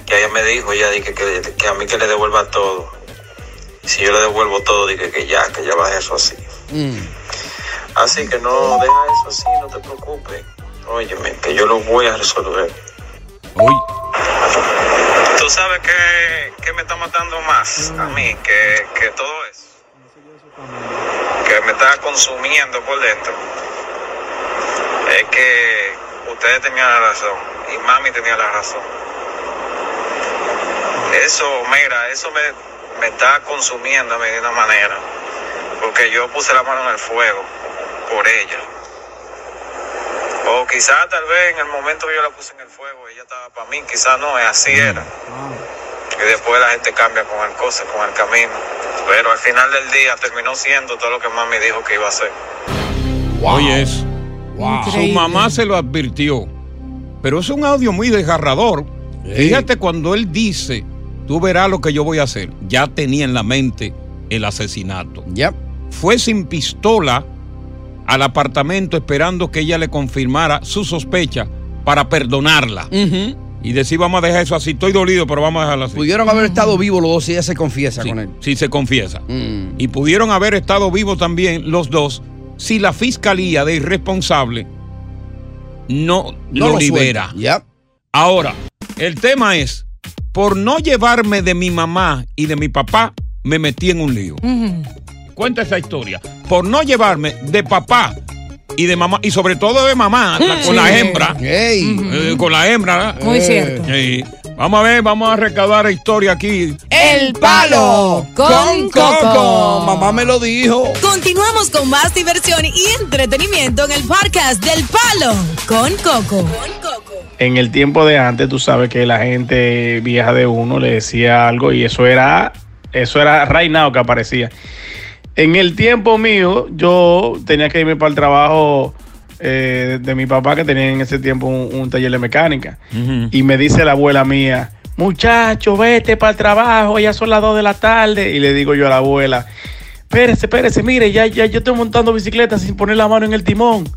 Ya ella me dijo, ella dije que, que a mí que le devuelva todo. Si yo le devuelvo todo, dije que ya, que ya va eso así. Así que no, deja eso así, no te preocupes. Óyeme, que yo lo voy a resolver. Tú sabes que, que me está matando más a mí que, que todo eso. Que me está consumiendo por dentro. Es que ustedes tenían la razón y mami tenía la razón. Eso, mira, eso me, me está consumiendo a mí de una manera, porque yo puse la mano en el fuego por ella. O quizá tal vez en el momento que yo la puse en el fuego, ella estaba para mí, quizá no, así era. Y después la gente cambia con el cosa, con el camino. Pero al final del día terminó siendo todo lo que mami dijo que iba a ser. Oye, es. Su Increíble. mamá se lo advirtió. Pero es un audio muy desgarrador. Fíjate cuando él dice, tú verás lo que yo voy a hacer. Ya tenía en la mente el asesinato. Fue sin pistola al apartamento esperando que ella le confirmara su sospecha para perdonarla. Y decir, vamos a dejar eso así. Estoy dolido, pero vamos a dejarlo así. Pudieron haber estado vivos los dos si ella se confiesa Sí, con él. sí se confiesa. Mm. Y pudieron haber estado vivos también los dos si la fiscalía de irresponsable no, No lo, lo libera. Ahora, el tema es, por no llevarme de mi mamá y de mi papá, me metí en un lío. Cuenta esa historia. Por no llevarme de papá y de mamá, y sobre todo de mamá, la- con la hembra. Eh, con la hembra. ¿eh? Mm, Muy cierto. Sí. Vamos a ver, vamos a recabar la historia aquí. El palo con Coco. Mamá me lo dijo. Continuamos con más diversión y entretenimiento en el podcast del Palo con Coco. En el tiempo de antes, tú sabes que la gente vieja de uno le decía algo y eso era, eso era right now que aparecía. En el tiempo mío, yo tenía que irme para el trabajo eh, de mi papá que tenía en ese tiempo un, un taller de mecánica. Y me dice la abuela mía, muchacho, vete para el trabajo, ya son las 2 de la tarde. Y le digo yo a la abuela, espérese, espérese, mire, ya, ya, yo estoy montando bicicleta sin poner la mano en el timón.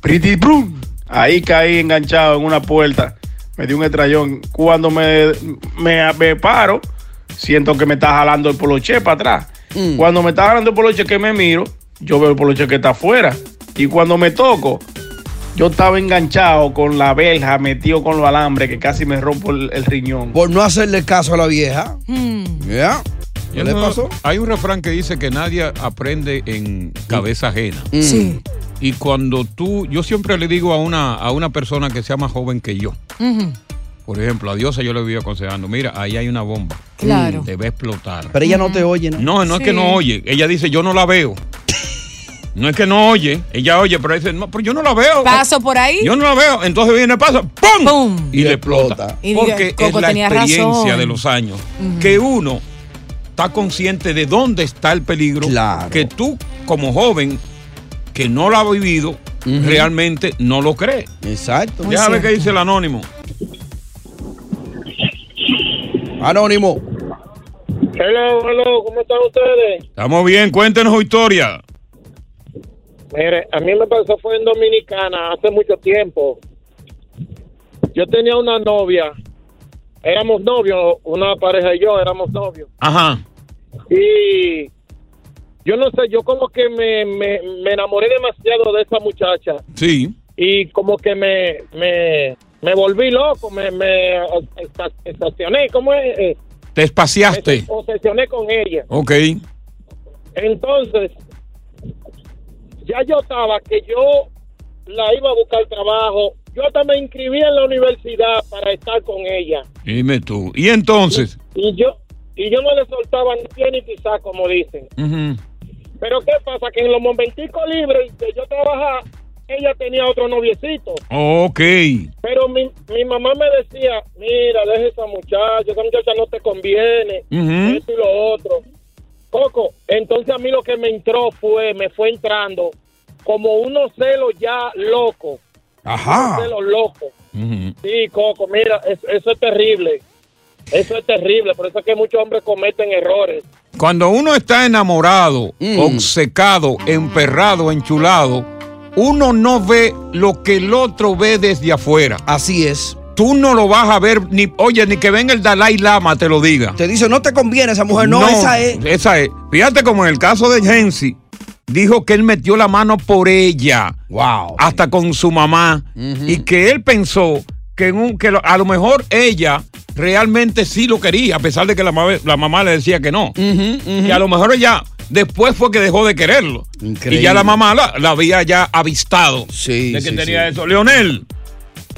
Pretty brum. Ahí caí enganchado en una puerta. Me di un estrellón. Cuando me, me, me paro, siento que me está jalando el poloche para atrás. Cuando me está jalando el poloche que me miro, yo veo el poloche que está afuera. Y cuando me toco, yo estaba enganchado con la verja, metido con los alambres, que casi me rompo el, el riñón. Por no hacerle caso a la vieja. Mm. Ya. ¿Qué Yo le no- pasó? Hay un refrán que dice que nadie aprende en cabeza ajena. Mm. Sí. Y cuando tú, yo siempre le digo a una, a una persona que sea más joven que yo, Ujú. por ejemplo, a Diosa yo le voy aconsejando, mira, ahí hay una bomba. Claro. Te va a explotar. Pero ella no te oye, ¿no? No, no es que no oye. Ella dice, yo no [laughs] la veo. No es que no oye. Ella oye, pero dice, no, pero yo no la veo. Paso por ahí. Yo no la veo. Entonces viene, pasa, ¡pum! Y, le explota. Y Porque diga, Coco es la tenía experiencia razón. de los años. Ujú. Que uno está consciente de dónde está el peligro. Que tú, como joven, que no lo ha vivido, realmente no lo cree. Exacto. Ya sabes qué dice el anónimo. Anónimo. Hello, hello, ¿cómo están ustedes? Estamos bien, cuéntenos su historia. Mire, a mí me pasó fue en Dominicana hace mucho tiempo. Yo tenía una novia, éramos novios, una pareja y yo éramos novios. Ajá. Y yo no sé, yo como que me, me, me enamoré demasiado de esa muchacha Sí. y como que me, me, me volví loco, me, me obses- obsesioné, ¿cómo es? Eh, Te Me espaciaste. obsesioné con ella. Ok. Entonces, ya yo estaba que yo la iba a buscar trabajo. Yo hasta me inscribí en la universidad para estar con ella. Dime tú. Y entonces. Y yo y yo no le soltaba ni pie ni quizá, como dicen. Ujú. Pero ¿qué pasa? Que en los momenticos libres que yo trabajaba, ella tenía otro noviecito. Ok. Pero mi, mi mamá me decía, mira, deja esa muchacha, esa muchacha no te conviene, Ujú. esto y lo otro. Coco, entonces a mí lo que me entró fue, me fue entrando como unos celos ya locos. Ajá. Unos celos locos. Sí, Coco, mira, es- eso es terrible. Eso es terrible, por eso es que muchos hombres cometen errores. Cuando uno está enamorado, Mm. obcecado, emperrado, enchulado, uno no ve lo que el otro ve desde afuera. Así es. Tú no lo vas a ver, ni, oye, ni que venga el Dalai Lama, te lo diga. Te dice, no te conviene esa mujer. No, esa es. Esa es. Fíjate como en el caso de Jensi, dijo que él metió la mano por ella. Wow. Hasta con su mamá. Y que él pensó que, en un, que lo- a lo mejor ella realmente sí lo quería, a pesar de que la, ma- la mamá le decía que no. Y a lo mejor ella después fue que dejó de quererlo. Y ya la mamá la, la había ya avistado. Sí. De que tenía eso. Leonel,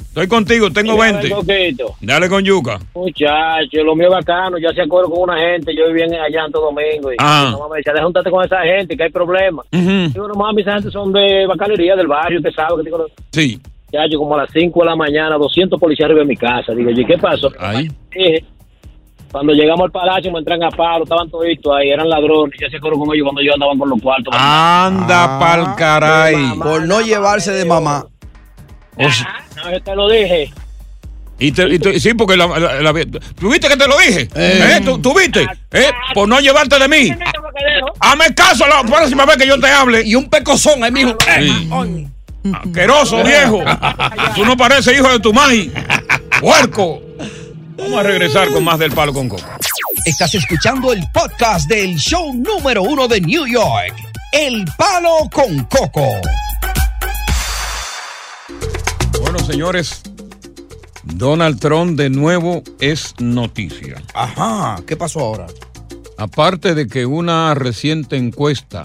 Estoy contigo, tengo Mira, 20. Coquito. Dale con yuca. Muchacho, lo mío es bacano, yo hacía acuerdo con una gente, yo vivía en- allá en todo domingo y Ah. mi mamá me decía, "Deja juntarte con esa gente, que hay problemas. Ujú. Yo, no mami, esa gente son de bacalería del barrio, usted sabe que digo, Sí. muchacho, como a las 5 de la mañana, 200 policías arriba de mi casa. Digo, ¿y qué pasó? Dije, Cuando llegamos al palacio me entran a palo, estaban toditos ahí, eran ladrones, yo hacía acuerdo con ellos cuando yo andaba con los cuartos. Anda Ah, pa'l caray. Por no llevarse de mamá. O sea, No, yo te lo dije. y te- y te- sí, porque la, la- la- ¿Tú viste que te lo dije? ¿Eh? ¿Tú, tú viste? ¿Eh? Por no llevarte de mí. Hazme caso la próxima vez que yo te hable. Y un pecozón, ahí mijo. Eh. Asqueroso, Ah, [laughs] viejo. Tú no pareces hijo de tu mãe. Puerco. Vamos a regresar con más del Palo con Coco. Estás escuchando el podcast del show número uno de New York, El Palo con Coco. Bueno, señores, Donald Trump de nuevo es noticia. Ajá, ¿qué pasó ahora? Aparte de que una reciente encuesta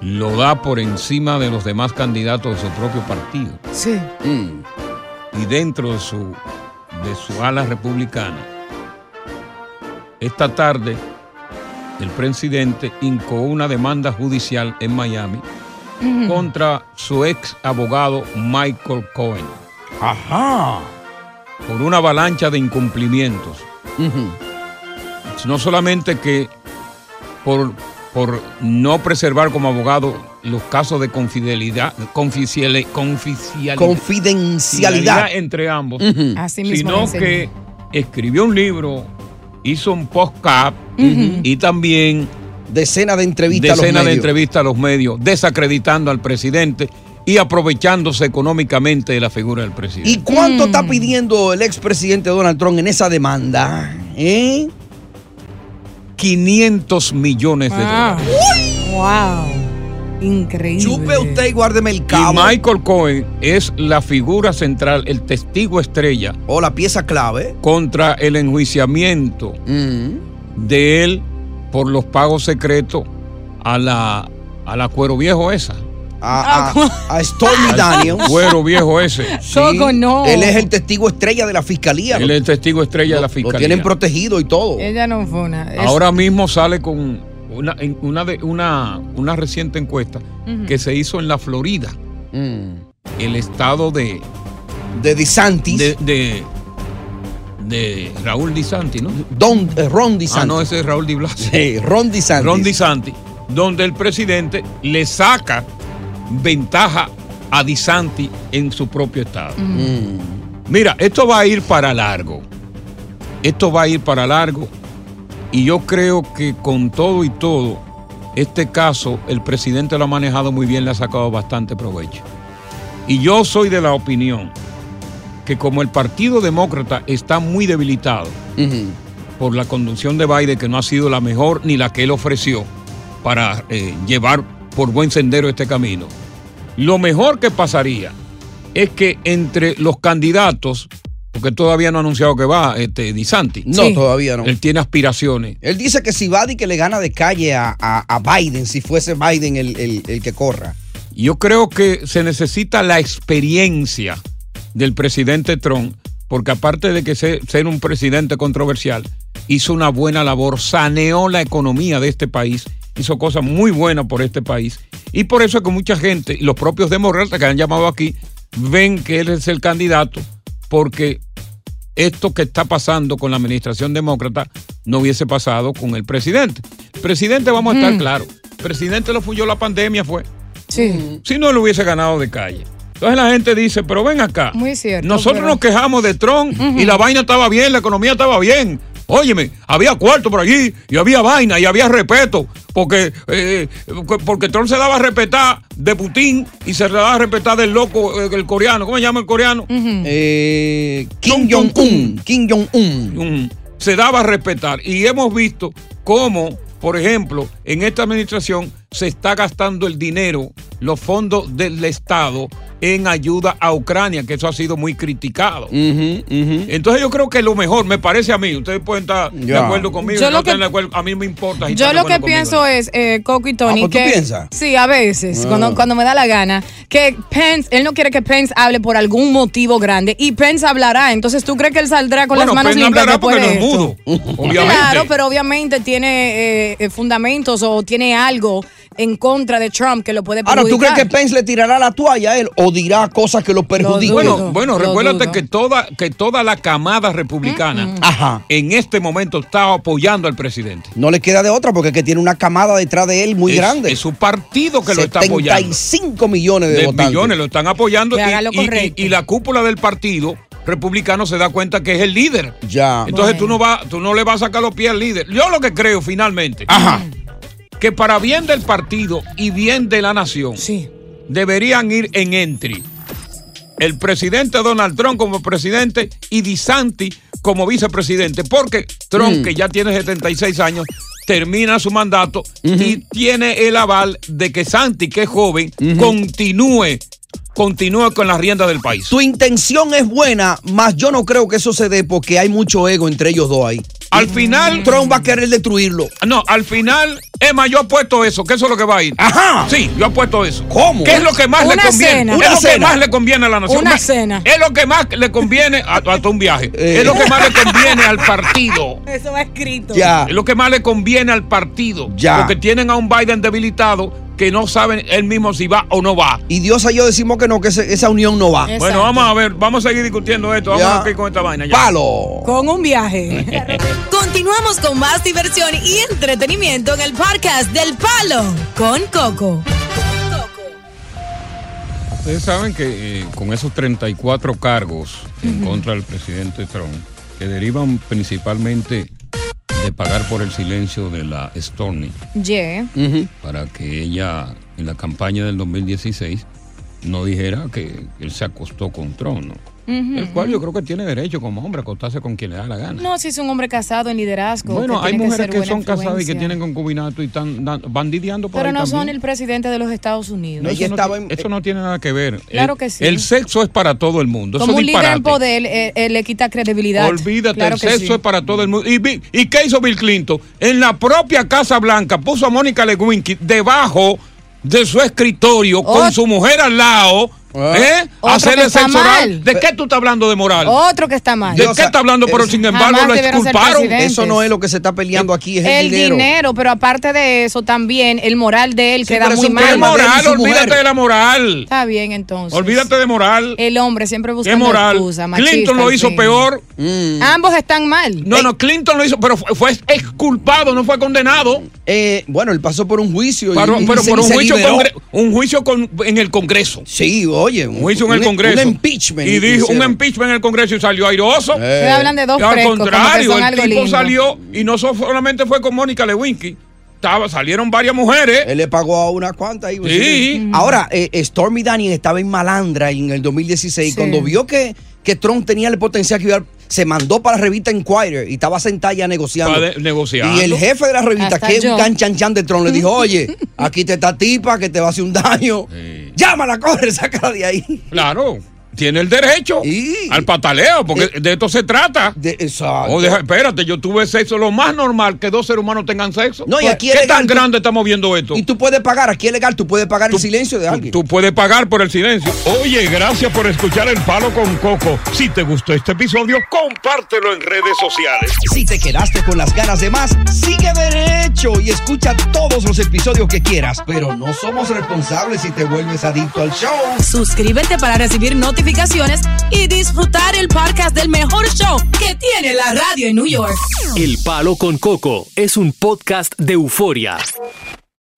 lo da por encima de los demás candidatos de su propio partido. Sí. Mm. Y dentro de su, de su ala republicana, esta tarde el presidente incoó una demanda judicial en Miami contra su ex abogado Michael Cohen. Ajá. Por una avalancha de incumplimientos. No solamente que por, por no preservar como abogado los casos de confidelidad, conficiale- conficialidad, Confidencialidad. entre ambos, Ujú. Así mismo sino dicen. que escribió un libro, hizo un podcast Ujú. y también decenas de entrevistas a los decenas de medios. entrevistas a los medios, desacreditando al presidente y aprovechándose económicamente de la figura del presidente. ¿Y cuánto está pidiendo el expresidente Donald Trump en esa demanda? ¿Eh? 500 millones de dólares. Wow. Increíble. Chupe usted y guárdeme el Y cabo. Michael Cohen es la figura central, el testigo estrella. O la pieza clave. Contra el enjuiciamiento Mm. de él por los pagos secretos a la, a la cuero viejo esa. A, a- a Stormy Daniels. Cuero viejo ese. [laughs] Sí, Él es el testigo estrella de la fiscalía. Él es el testigo estrella de la fiscalía. Lo tienen protegido y todo. Ella no fue una. es- Ahora mismo sale con una, en- una, de- una, una reciente encuesta Ujú. que se hizo en la Florida, el estado de... Mm. De DeSantis. De, de, de Raúl DeSantis, ¿no? Don, eh, Ron DeSantis. Ah, no, ese es Raúl Di Blasio. Sí, Ron DeSantis. Ron DeSantis, donde el presidente le saca ventaja a DeSantis en su propio estado. Mira, esto va a ir para largo. Esto va a ir para largo. Y yo creo que con todo y todo, este caso el presidente lo ha manejado muy bien, le ha sacado bastante provecho. Y yo soy de la opinión que como el Partido Demócrata está muy debilitado por la conducción de Biden, que no ha sido la mejor ni la que él ofreció para eh, llevar por buen sendero este camino, lo mejor que pasaría es que entre los candidatos, porque todavía no ha anunciado que va este, DeSantis. No, Sí. todavía no. Él tiene aspiraciones. Él dice que si va y que le gana de calle a, a- a Biden, si fuese Biden el, el- el que corra. Yo creo que se necesita la experiencia del presidente Trump, porque aparte de que se- ser un presidente controversial, hizo una buena labor, saneó la economía de este país, hizo cosas muy buenas por este país. Y por eso es que mucha gente, y los propios demócratas que han llamado aquí, ven que él es el candidato, porque esto que está pasando con la administración demócrata no hubiese pasado con el presidente. El presidente, vamos a estar claros, el presidente lo fuyó la pandemia, fue. Sí. Si no, lo hubiese ganado de calle. Entonces la gente dice, pero ven acá. Muy cierto. Nosotros pero- nos quejamos de Trump y la vaina estaba bien, la economía estaba bien. Óyeme, había cuarto por allí y había vaina y había respeto, porque, eh, porque Trump se daba a respetar de Putin y se daba a respetar del loco, eh, el coreano. ¿Cómo se llama el coreano? Kim Jong-un. Kim Jong-un. Se daba a respetar. Y hemos visto cómo, por ejemplo, en esta administración se está gastando el dinero, los fondos del Estado, en ayuda a Ucrania, que eso ha sido muy criticado. Entonces yo creo que lo mejor, me parece a mí, ustedes pueden estar de Ya. acuerdo conmigo, Yo no lo que- estén de acuerdo, a mí no me importa. si Yo están de lo que acuerdo conmigo, pienso es, eh, Coco y Tony, Ah, pues tú que. piensas. Sí, a veces, Ah. cuando, cuando me da la gana, que Pence, él no quiere que Pence hable por algún motivo grande y Pence hablará. Entonces, ¿tú crees que él saldrá con las Bueno, manos Pence limpias hablará después porque no es de esto? mudo, obviamente. Claro, pero obviamente tiene eh, eh, fundamentos o tiene algo en contra de Trump que lo puede Ahora, perjudicar. ¿tú crees que Pence le tirará la toalla a él o dirá cosas que lo perjudiquen? Bueno, bueno recuérdate que toda, que toda la camada republicana en este momento está apoyando al presidente. No le queda de otra porque es que tiene una camada detrás de él muy Es- grande. Es su partido que lo está apoyando. 75 millones de, De votantes. millones lo están apoyando y, Que haga lo y- y- correcto. y la cúpula del partido republicano se da cuenta que es el líder. Ya. Entonces tú no vas, tú no le vas a sacar los pies al líder. Yo lo que creo finalmente, que para bien del partido y bien de la nación, deberían ir en entry. El presidente Donald Trump como presidente y DiSanti como vicepresidente, porque Trump, Mm. que ya tiene 76 años, termina su mandato y tiene el aval de que Santi, que es joven, continúe, continúe con las riendas del país. Tu intención es buena, mas yo no creo que eso se dé porque hay mucho ego entre ellos dos ahí. Al final. Trump va a querer destruirlo. No, al final, Emma, yo apuesto eso, que eso es lo que va a ir. Ajá. Sí, yo apuesto eso. ¿Cómo? ¿Qué es lo que más Una le conviene? cena. Es Una lo que cena. más le conviene a la nación. Una Más- cena. Es lo que más le conviene a, hasta [laughs] un viaje. Es lo que más le conviene al partido. Eso va escrito. Es lo que más le conviene al partido. Ya. Porque tienen a un Biden debilitado que no saben él mismo si va o no va. Y Dios a yo decimos que no, que ese- esa unión no va. Bueno, vamos a ver, vamos a seguir discutiendo esto. Vamos Ya. a ir con esta vaina. ya. [laughs] Palo. Con un viaje. Continuamos con más diversión y entretenimiento en el podcast del Palo con Coco. Ustedes saben que eh, con esos 34 cargos en contra del presidente Trump, que derivan principalmente de pagar por el silencio de la Stormy, Yeah. para que ella en la campaña del 2016 no dijera que él se acostó con Trump, ¿no? Ujú. El cual yo creo que tiene derecho como hombre a acostarse con quien le da la gana. No, si es un hombre casado en liderazgo. bueno, que hay tiene mujeres ser que, buena son casadas y que influencia. tienen concubinato y están dan- bandideando por Pero ahí no también. son el presidente de los Estados Unidos. No, eso, no tiene, eso no tiene nada que ver. Claro El- que sí. El sexo es para todo el mundo. Como eso es un líder en disparate. poder, eh, eh, le quita credibilidad. Olvídate, Claro el que sexo sí. es para todo el mundo. ¿Y, Bi- ¿Y qué hizo Bill Clinton? En la propia Casa Blanca puso a Mónica Lewinsky debajo de su escritorio con su mujer al lado. ¿eh? Otro que Hacerle está sexo oral. mal. ¿De qué tú estás hablando de moral? Otro que está mal. ¿De qué está hablando? Pero sin embargo jamás lo debieron ser exculparon. presidentes. Eso no es lo que se está peleando aquí, el, dinero. pero aparte de eso también el moral de él queda pero es muy un mal. tema de él y Moral, su olvídate mujer. de la moral. Está bien entonces. Olvídate de moral. El hombre siempre ¿Qué busca moral? excusa, machista, Clinton lo en hizo fin. peor. Mm. Ambos están mal. No, no, Clinton lo hizo, pero fue, fue exculpado, no fue condenado. Eh, bueno, él pasó por un juicio. y- Pero, y pero se- por y un se juicio, liberó. congre- un juicio con- en el Congreso. Sí, oye. Un juicio en el un- un Congreso. impeachment Y dijo un hicieron. Eh. impeachment en el Congreso y salió airoso. Ustedes hablan de dos Al frescos, como que contrario, son el algo tipo lindo. salió y no so- solamente fue con Mónica Lewinsky. Estaba, salieron varias mujeres. Él le pagó a unas cuantas. ahí, pues, Sí. sí. Ahora, eh, eh, Stormy Daniels estaba en Malandra en el 2016. Sí. Cuando vio que, que Trump tenía el potencial que iba a- se mandó para la revista Inquirer y estaba sentada ya negociando. Para de- negociando. Y el jefe de la revista, Hasta que es yo. un can chan chan de Trump, le dijo, [laughs] oye, aquí te está tipa que te va a hacer un daño. Llámala, corre, [laughs] sácala de ahí. Claro. Tiene el derecho al pataleo, porque Eh, de esto se trata. O deja- espérate, yo tuve sexo, lo más normal que dos seres humanos tengan sexo. No, y aquí es ¿Qué legal, tan tú- grande estamos viendo esto? Y tú puedes pagar, aquí es legal, tú puedes pagar el silencio de alguien. Tú puedes pagar por el silencio. Oye, gracias por escuchar El Palo con Coco. Si te gustó este episodio, compártelo en redes sociales. Si te quedaste con las ganas de más, sigue derecho y escucha todos los episodios que quieras. Pero no somos responsables si te vuelves adicto al show. Suscríbete para recibir notificaciones y disfrutar el podcast del mejor show que tiene la radio en New York. El Palo con Coco es un podcast de euforia.